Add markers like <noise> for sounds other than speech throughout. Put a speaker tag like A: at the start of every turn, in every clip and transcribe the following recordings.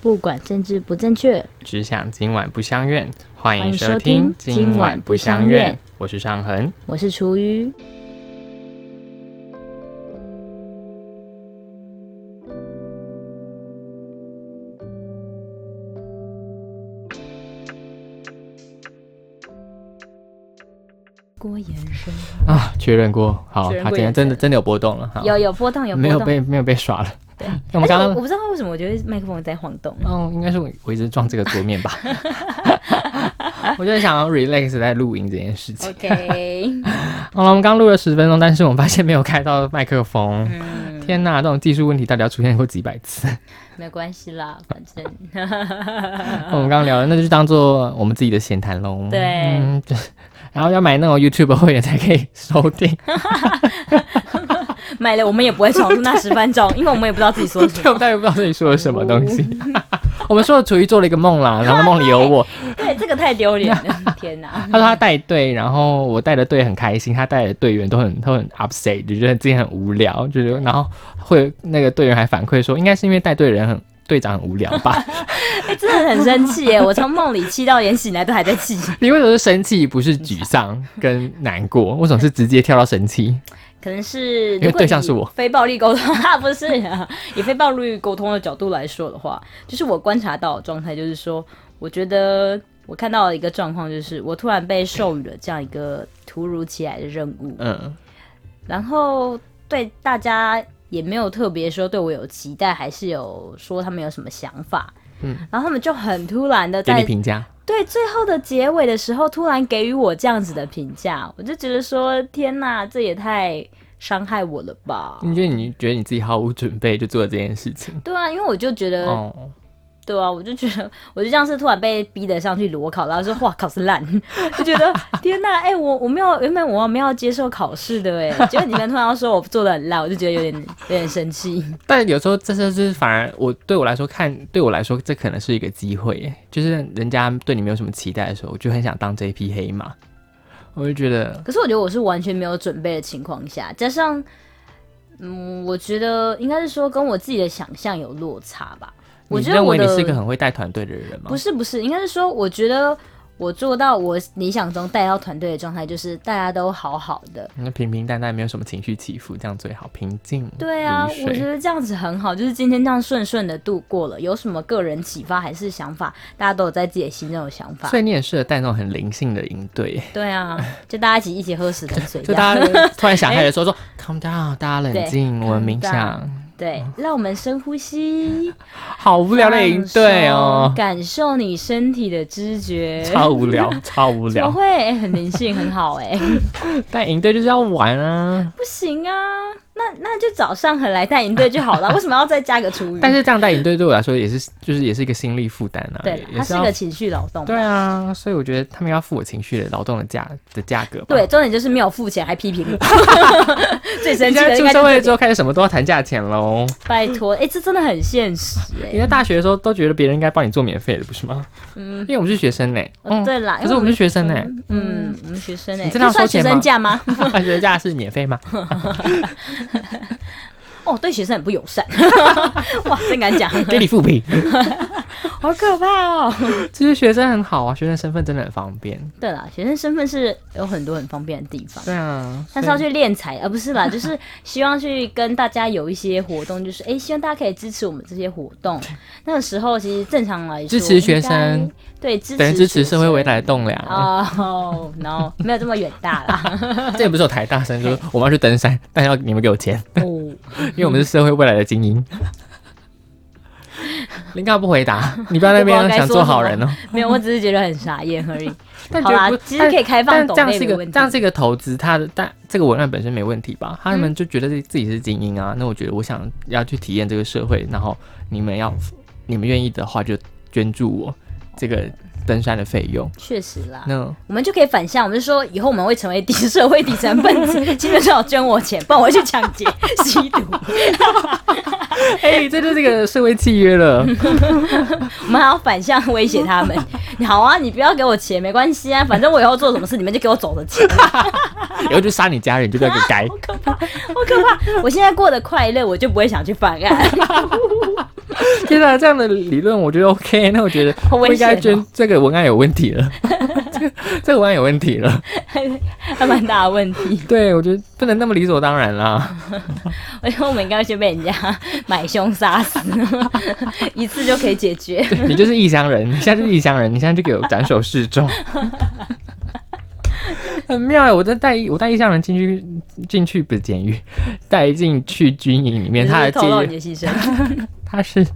A: 不管政治不正确。
B: 只想今晚不相怨，
A: 欢
B: 欢迎
A: 迎
B: 收
A: 收
B: 听
A: 听
B: 《
A: 今
B: 今晚
A: 晚
B: 不
A: 不
B: 相
A: 相
B: 怨
A: 怨》，
B: 我是尚恒。
A: 我是厨余，郭延生
B: 啊，确认过，好
A: 确，认
B: 他
A: 过
B: 今天
A: 眼
B: 真的
A: 神
B: 真的有波动了，哈，
A: 有有波动，有波
B: 没有
A: 动。
B: 被没有被耍了？
A: 对
B: 我
A: 而
B: 们
A: 且
B: 刚
A: 我
B: 刚
A: 我不知道为什么，我觉得麦克风在晃
B: <laughs>
A: 动。
B: 哦，应该是我我一直撞这个桌面吧，
A: <laughs>
B: 我就想要 relax 在录音这件事
A: 哦
B: 情。 <laughs>
A: OK，
B: 好了，我们刚录了十分钟，但是我们发现没有开到麦克风。
A: 嗯，
B: 天呐，这种技术问题到底要出现过几百
A: <laughs>
B: 次？
A: 没关系啦，反正
B: 嗯我们刚刚聊了，那就当做我们自己的闲谈喽。
A: 对
B: 嗯，就然后要买那种 YouTube 会员才可以收听。
A: 买了我们也不会重复那十分钟，因为我们也不知道自己说什
B: <laughs> 对，我
A: 么
B: 们。大概不知道自己说了什么东西。 <laughs> 我们说楚瑜做了一个梦啦，然后梦里有我。
A: 对，这个太丢脸了，
B: <laughs>
A: 天哪！
B: 他说他带队，然后我带的队很开心，他带的队员都很都很 upset，就觉得自己很无聊，就是然后会那个队员还反馈说，应该是因为带队人很队长很无聊吧？
A: 哎、真的很生气耶！我从梦里气到连醒来都还在气。
B: 你为什么是生气，不是沮丧跟难过？我总是直接跳到生气？
A: 可能是
B: 因为对象是我，
A: 非暴力沟通啊，不是啊以非暴力沟通的角度来说的话，就是我观察到的状态，就是说，我觉得我看到了一个状况，就是我突然被授予了这样一个突如其来的任务，
B: 嗯，
A: 然后对大家也没有特别说对我有期待，还是有说他们有什么想法，
B: 嗯，
A: 然后他们就很突然的
B: 给你
A: 在
B: 评价。
A: 对，最后的结尾的时候，突然给予我这样子的评价，我就觉得说，天哪，这也太伤害我了吧？
B: 你觉得你觉得你自己毫无准备就做了这件事情？
A: 对啊，因为我就觉得，
B: 哦，
A: 对啊，我就觉得， <laughs> 我就这样是突然被逼得上去裸考，然后说，哇，考试烂， <laughs> 就觉得天哪，哎、我我没有原本我没有要接受考试的，
B: <laughs>
A: 哎，结果你们突然要说我做的很烂，我就觉得有点有点生气。
B: 但有时候这就是反而我对我来说看对我来说这可能是一个机会耶，就是人家对你没有什么期待的时候，我就很想当这一匹黑马。我就觉得
A: 可是我觉得我是完全没有准备的情况下，加上，嗯，我觉得应该是说跟我自己的想象有落差吧。我
B: 你
A: 觉得
B: 认
A: 我
B: 为你
A: 的
B: 是一个很会带团队的人吗？
A: 不是不是，应该是说，我觉得我做到我理想中带到团队的状态，就是大家都好好的。
B: 那平平淡淡，没有什么情绪起伏，这样最好，平静。
A: 对啊
B: 如，水
A: 我觉得这样子很好，就是今天这样顺顺的度过了。有什么个人启发还是想法，大家都有在自己的心中有想法
B: 所。以你也适合带那种很灵性的营
A: <laughs>
B: 队耶，
A: 对啊，就大家一起一起喝死藤水这
B: <laughs> 就
A: 样，
B: 大家突然想开
A: <laughs>
B: 的时候说 calm down，大家冷
A: 对
B: 静，我们
A: calm
B: 冥
A: down
B: 想。
A: 对，让我们深呼吸，
B: 好 <laughs> 无
A: 无
B: 聊的营队哦，
A: 感受你身体的知觉。
B: 超无聊，超无
A: <laughs> 怎么
B: 聊。
A: 会、欸很灵性，很好哎、 <laughs>
B: 但营队就是要玩啊，
A: 不行啊，那那就找上恒来带营队就好
B: <laughs>
A: 了，为什么要再加个厨余？
B: 但是这样带营队对我来说也是，就是也是一个心力负担啊，
A: 对
B: 也
A: 啦，
B: 也
A: 它
B: 是
A: 是一
B: 要
A: 个情绪劳动。
B: 对啊，所以我觉得他们要付我情绪的劳动的价的价格吧。
A: 对，重点就是没有付钱还批评我，
B: <laughs>
A: 最生
B: 你
A: 气
B: 现在
A: 的应该
B: 出社
A: 就
B: 会
A: 是
B: 之后开始什么都要谈价钱喽。
A: 拜托，哎、这真的很现实哎、
B: 你在大学的时候都觉得别人应该帮你做免费的，不是吗？
A: 嗯
B: 因为我们是学生呢、
A: 哦
B: 嗯，
A: 对啦，
B: 可是我们是学生呢、
A: 嗯，我们学生哎、
B: 你
A: 这
B: 真的要
A: 算
B: 收
A: 学
B: 钱吗
A: 生价吗？ <laughs>
B: 大 <laughs> 学价是免费吗？
A: 哦，对学生很不友
B: <laughs>
A: 善，哇，真敢讲，
B: 给你复评，
A: 好可怕哦。
B: 其实学生很好啊，学生身份真的很方便。
A: 对啦，学生身份是有很多很方便的地方。
B: 对啊，
A: 但是要去练财，而、呃不是
B: <laughs>
A: 啦，就是希望去跟大家有一些活动，就是哎、诶希望大家可以支持我们这些活动。那个时候其实正常来说，
B: 支持学生
A: 应该，对支持
B: 等于支持社会
A: 学
B: 未
A: 生
B: 来的栋梁。
A: 哦、n o 没有这么远大
B: <laughs>
A: 啦。
B: 这也不是我台大生说我们要去登山，但要你们给我钱，
A: 哦，
B: 因为我们是社会未来的
A: <laughs>
B: 精英。你干嘛不回答？你不要在那
A: 我不知
B: 边
A: 道该
B: 想
A: 说
B: 做好人哦。
A: 没有，我只是觉得很傻眼而已。
B: 但
A: 好
B: 觉
A: 啦
B: 得不，，
A: 其实
B: 但
A: 可以开放
B: 但
A: 懂
B: 这样
A: 内
B: 是一
A: 的
B: 个
A: 问
B: 这样
A: 题。
B: 是一个投资，他的但这个文案本身没问题吧？他
A: 嗯
B: 们就觉得自己自己是精英啊。那我觉得我想要去体验这个社会，然后你们要你们愿意的话就捐助我这个登山的费用。
A: 确实啦，
B: 那
A: 我们就可以反向，我们就说以后我们会成为底 <laughs> 社会底层分
B: <laughs>
A: 子，基本上有捐我钱，不然我会去抢劫、吸毒。
B: 哎、这就是这个社会契
A: <laughs>
B: 约了。
A: 我们还要反向威胁他们。好啊，你不要给我钱没关系啊，反正我以后做什么事你们就给我走着钱。啊
B: <laughs> 以后就杀你家人，就不要给该。
A: 好可怕！我现在过得快乐，我就不会想去犯案。
B: 天哪，这样的理论我觉得 OK，那我觉得
A: 好
B: <laughs> 我
A: 危
B: 应该
A: 险、
B: 捐
A: 哦，
B: 这个文案有问题
A: <laughs>
B: 了，这个这个文案有问题了。
A: 还蛮大的问题。
B: 对，我觉得不能那么理所当然 <laughs> 啦。
A: 我哎觉得我们应该先被人家 <laughs> 买凶杀 <laughs> 死，一次就可以解决。
B: 你就是异乡人，你现在就是异乡人，你现在就给我斩首示众。 <laughs> 很妙哎、我在带我带异乡人进去进去不是监狱，带进去军营里面，
A: 就
B: 他
A: 是
B: 的
A: 透露
B: 戒
A: 你
B: 约
A: 的牺牲，
B: <laughs> 他是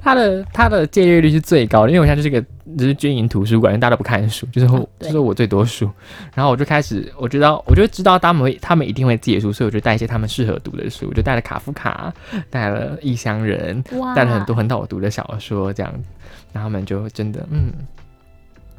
B: 他的他的戒阅率是最高的，因为我现在就是个就是军营图书馆，因为大家都不看书，就是我、
A: 对
B: 就是我最多书，然后我就开始我知道我就知道他们会他们一定会借书，所以我就带一些他们适合读的书，我就带了卡夫卡，带了异乡人，
A: 哇
B: 带了很多很好读的小说这样，然后他们就真的嗯。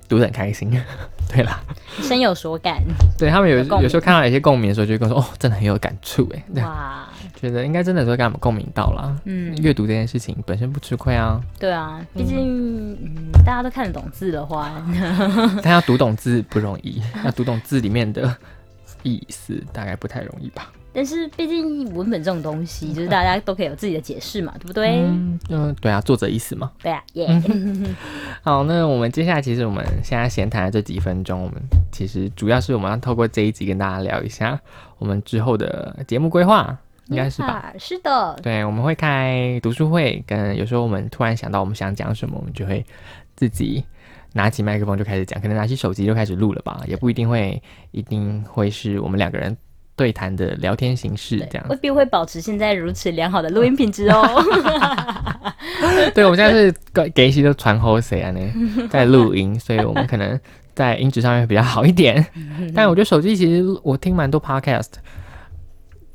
B: 读得很开心， <laughs> 对啦，
A: 深有所
B: <laughs>
A: 感。
B: 对他们有
A: 有共鸣
B: 有时候看到一些共鸣的时候，就会跟我说：“哦，真的很有感触哎。”对，
A: 哇，
B: 觉得应该真的是会跟他们共鸣到啦。
A: 嗯，
B: 阅读这件事情本身不吃亏啊，
A: 对啊，毕竟、嗯、大家都看得懂字的话， <laughs>
B: 但要读懂字不容易， <laughs> 要读懂字里面的意思，大概不太容易吧？
A: 但是毕竟文本这种东
B: <laughs>
A: 西，就是大家都可以有自己的解释嘛，对不对？
B: 嗯，嗯对啊，作者意思嘛。
A: 对啊，耶、
B: 好，那我们接下来其实我们现在闲谈的这几分钟，我们其实主要是我们要透过这一集跟大家聊一下我们之后的节目规划，应该是
A: <laughs>
B: 吧？
A: 啊？是的，
B: 对，我们会开读书会，跟有时候我们突然想到我们想讲什么，我们就会自己拿起麦克风就开始讲，可能拿起手机就开始录了吧，也不一定会一定会是我们两个人对谈的聊天形式这样
A: 未。必会保持现在如此良好的录音品质
B: <laughs>
A: 哦。
B: 对，我们现在是给给一些都传喉谁
A: <laughs>
B: 啊呢，在录音，所以我们可能在音质上面比较好一点。
A: 嗯
B: 但我觉得手机其实我听蛮多 podcast，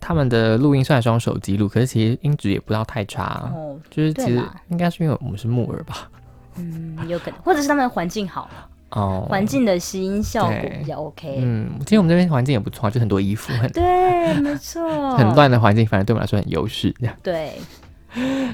B: 他们的录音虽然是用手机录，可是其实音质也不要太差。啊
A: 哦，
B: 就是
A: 对
B: 其实
A: 啦
B: 应该是因为我们是木耳吧？
A: 嗯，有可能，或者是他们的环境好，
B: 哦，
A: 环境的吸音效果
B: 对
A: 比较 OK。
B: 嗯，其实我们这边环境也不错啊，就很多衣服，很
A: 对，哦没错，
B: <laughs> 很。乱的环境，反而对我们来说很优势。这样，
A: 对，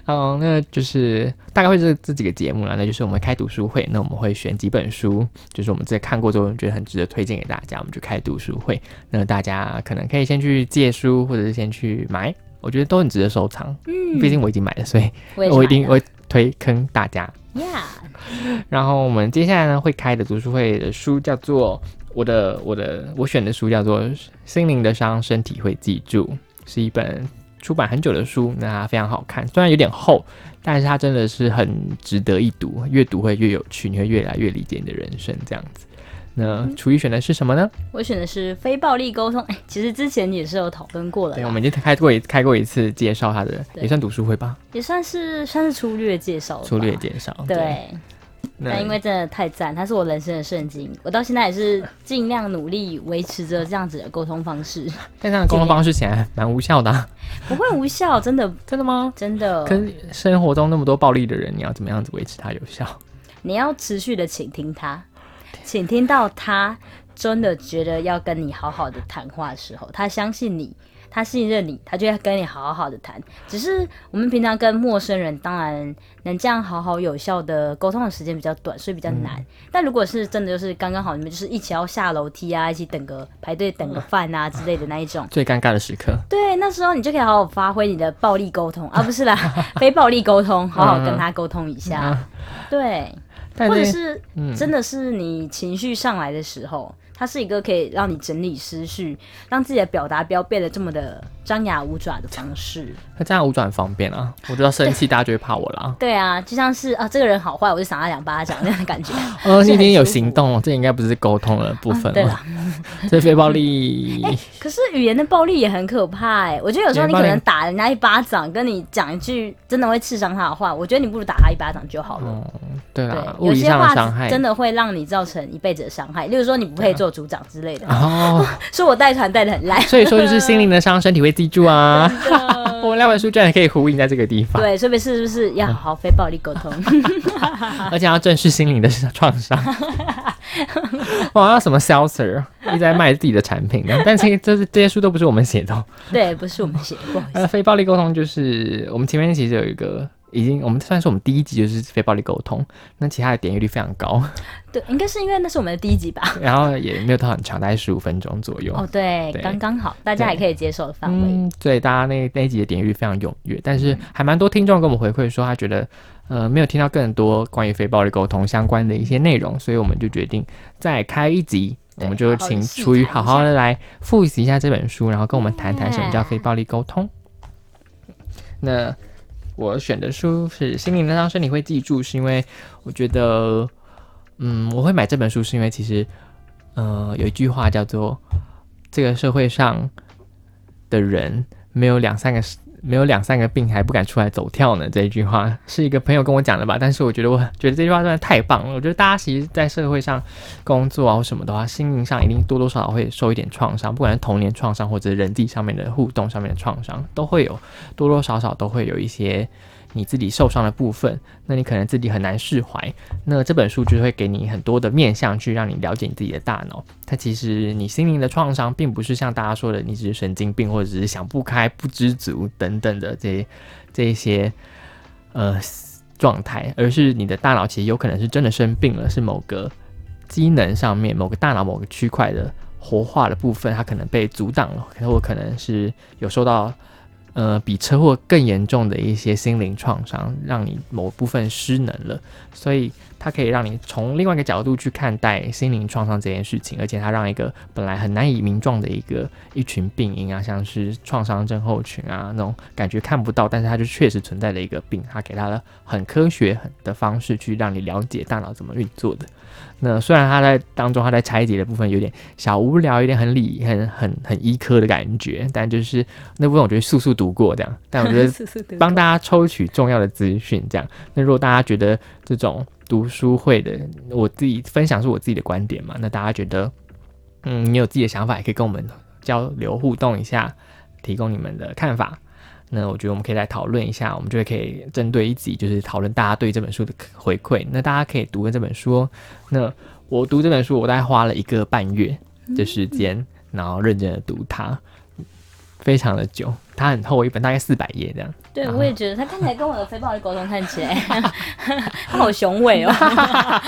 B: 哦，那就是大概会是这几个节目啦。那就是我们开读书会，那我们会选几本书，就是我们自己看过之后觉得很值得推荐给大家，我们就开读书会。那大家可能可以先去借书，或者是先去买，我觉得都很值得收藏。
A: 嗯，
B: 毕竟我已经买了，所以
A: 我也
B: 我一定
A: 定
B: 会推坑大家。
A: 呀，
B: 然后我们接下来呢会开的读书会的书叫做我的我的我选的书叫做《心灵的伤，身体会记住》，是一本出版很久的书，那它非常好看，虽然有点厚，但是它真的是很值得一读，越读会越有趣，你会越来越理解你的人生这样子。那楚玉选的是什么呢？
A: 我选的是非暴力沟通。哎，其实之前也是有讨论过了
B: 对，啊
A: 啦，
B: 哎我们已经开过一开过一次介绍它的，
A: 对
B: 也算读书会吧，
A: 也算是算是粗略介绍了吧，
B: 粗略介绍。
A: 对，
B: 那
A: 但因为真的太赞，它是我人生的圣经，我到现在也是尽量努力维持着这样子的沟通方式， <laughs>
B: 但这样的沟通方式显然蛮无效的、啊，
A: 不会无效，真的
B: 真的吗？
A: 真的。
B: 可是生活中那么多暴力的人，你要怎么样子维持它有效？ <laughs>
A: 你要持续的倾听他，倾听到他真的觉得要跟你好好的谈话的时候，他相信你，他信任你，他就要跟你好好的谈。只是我们平常跟陌生人，当然能这样好好有效的沟通的时间比较短，所以比较难。但如果是真的就是刚刚好，你们就是一起要下楼梯啊，一起等个排队等个饭啊之类的那一种。
B: 最尴尬的时刻，
A: <laughs> 对，那时候你就可以好好发挥你的暴力沟通啊，不 <laughs> 是啦，非暴力沟通，好好跟他沟通一下。对，
B: 啊
A: 啊
B: 但
A: 或者
B: 是
A: 是
B: 嗯
A: 真的是你情绪上来的时候，它是一个可以让你整理思绪，让自己的表达不要变得这么的张牙舞爪的方式。
B: 那这样无转方便啊，我知道生气大家就会怕我
A: <laughs>
B: 啦。
A: 对啊，就像是啊，这个人好坏，我就赏他两巴掌那样的
B: <laughs>
A: 感觉。
B: 呃，你已经有
A: 很舒服
B: 行动了，这应该不是沟通的部分
A: 嗯对啊哎
B: 了
A: 啦，，
B: <laughs> 这非暴
A: <laughs>
B: 力。
A: 可是语言的暴力也很可怕哎、我觉得有时候你可
B: 语
A: 能
B: 言暴力
A: 打人家一巴掌，跟你讲一句真的会刺伤他的话，我觉得你不如打他一巴掌就好了。
B: 嗯，对啦，
A: 对，
B: 物
A: 有
B: 理
A: 些
B: 上
A: 话
B: 的伤害啊
A: 真的会让你造成一辈子的伤害，例如说你不配做组长之类的。
B: 哦，
A: 所以我带团带的很
B: <laughs>
A: 烂，
B: 所以说就是心灵的伤，身体会记住
A: <laughs>
B: 啊。我们两本书居然可以呼应在这个地方，
A: 对，所以是不是要好好非暴力沟通？啊
B: 而且要正视心灵的创
A: <laughs>
B: 伤。哇，要什么 seltzer 一直在卖自己的产品呢？但其实这是这些书都 <laughs> 不是我们写的哦，
A: 对，不是我们写的，不好意思。
B: 呃，非暴力沟通就是我们前面其实有一个已经我们算是我们第一集就是非暴力沟通，那其他的点阅率非常高，
A: 对，应该是因为那是我们的第一集吧？
B: 然后也没有到很长，大概十五分钟左右。
A: 哦，对，
B: 对
A: 刚刚好，大家
B: 对
A: 也可以接受的范围。
B: 嗯，对，大家那那一集的点阅率非常踊跃，但
A: 嗯
B: 是还蛮多听众跟我们回馈说，他觉得呃没有听到更多关于非暴力沟通相关的一些内容，所以我们就决定再开一集，我
A: 对
B: 们就
A: 好好
B: 请
A: 地细
B: 楚宇
A: 谈
B: 好
A: 一
B: 好
A: 下
B: 的来复习一下这本书，然后跟我们谈谈什么叫
A: Yeah
B: 非暴力沟通。那我选的书是《心灵的伤声》，你会记住，是因为我觉得，嗯，我会买这本书是因为其实，呃，有一句话叫做“这个社会上的人没有两三个没有两三个病还不敢出来走跳呢”这一句话是一个朋友跟我讲的吧，但是我觉得我觉得这句话真的太棒了。我觉得大家其实，在社会上工作啊或什么的话，心灵上一定多多少少会受一点创伤，不管是童年创伤或者是人际上面的互动上面的创伤，都会有多多少少都会有一些你自己受伤的部分，那你可能自己很难释怀。那这本书就会给你很多的面向去让你了解你自己的大脑。它其实你心灵的创伤，并不是像大家说的你只是神经病或者只是想不开、不知足等等的这这一些呃状态，而是你的大脑其实有可能是真的生病了，是某个机能上面某个大脑某个区块的活化的部分，它可能被阻挡了，可能我可能是有受到呃比车祸更严重的一些心灵创伤，让你某部分失能了，所以它可以让你从另外一个角度去看待心灵创伤这件事情，而且它让一个本来很难以名状的一个一群病因啊，像是创伤症候群啊那种感觉看不到，但是它就确实存在的一个病，它给它了很科学很的方式去让你了解大脑怎么运作的。那虽然他在当中他在拆解的部分有点小无聊，有点很理很很很医科的感觉，但就是那部分我觉得速速读过这样，但我觉得
A: 速速读
B: 帮大家抽取重要的资讯这样。那如果大家觉得这种读书会的，我自己分享是我自己的观点嘛，那大家觉得嗯你有自己的想法，也可以跟我们交流互动一下，提供你们的看法。那我觉得我们可以来讨论一下，我们就会可以针对一集，就是讨论大家对这本书的回馈。那大家可以读了这本书哦，那我读这本书，我大概花了一个半月的时间，然后认真的读它，非常的久，它很厚一本，大概四百页这样。
A: 对，我也觉得他看起来跟我的非暴力沟通看起
B: <laughs>
A: 来，他好雄伟哦，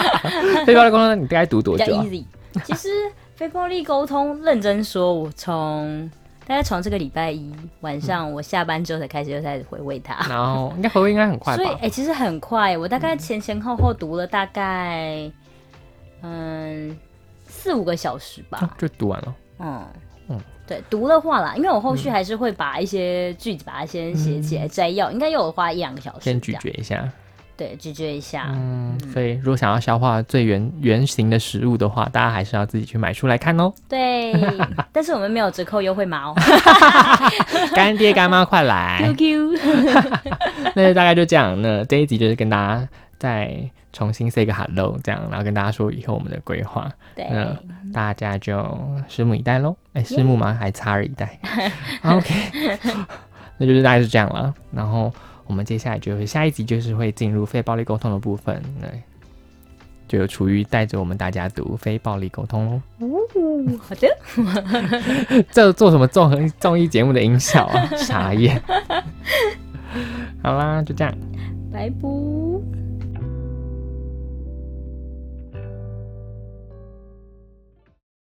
B: <laughs> 非暴力沟通，你大概读多
A: 比较
B: 久、啊？
A: easy。其实非暴力沟通，认真说，我从大概从这个礼拜一晚上，我下班之后才开始又开始回味它。
B: 然后应该回复应该很快
A: 所以，
B: 吧
A: 哎、？其实很快，我大概前前后后读了大概，嗯，四五个小时吧。
B: 啊就读完了。
A: 嗯
B: 嗯，
A: 对，读的话啦，因为我后续还是会把一些句子把它先写起来摘要，应该有花一两个小时这
B: 嗯先
A: 样，
B: 咀嚼一下，
A: 对，咀嚼一下。
B: 嗯，所以如果想要消化最原原型的食物的话，大家还是要自己去买书来看哦。
A: <laughs> 对，
B: <laughs>
A: 但是我们没有折扣优惠码哦。
B: 干爹干妈快来！
A: QQ，
B: 那大概就这样。那这一集就是跟大家再重新 say 个 hello，这样，然后跟大家说以后我们的规划。
A: 对，
B: 那大家就拭目以待喽。哎、拭目吗？还擦了一代。OK，那就是大概是这样了。然后我们接下来就会下一集就是会进入非暴力沟通的部分，那就有楚瑜带着我们大家读非暴力沟通喽。
A: 哦好的，
B: <laughs> 这做什么综综艺节目的音效啊？傻眼。好啦，就这样。
A: 拜拜。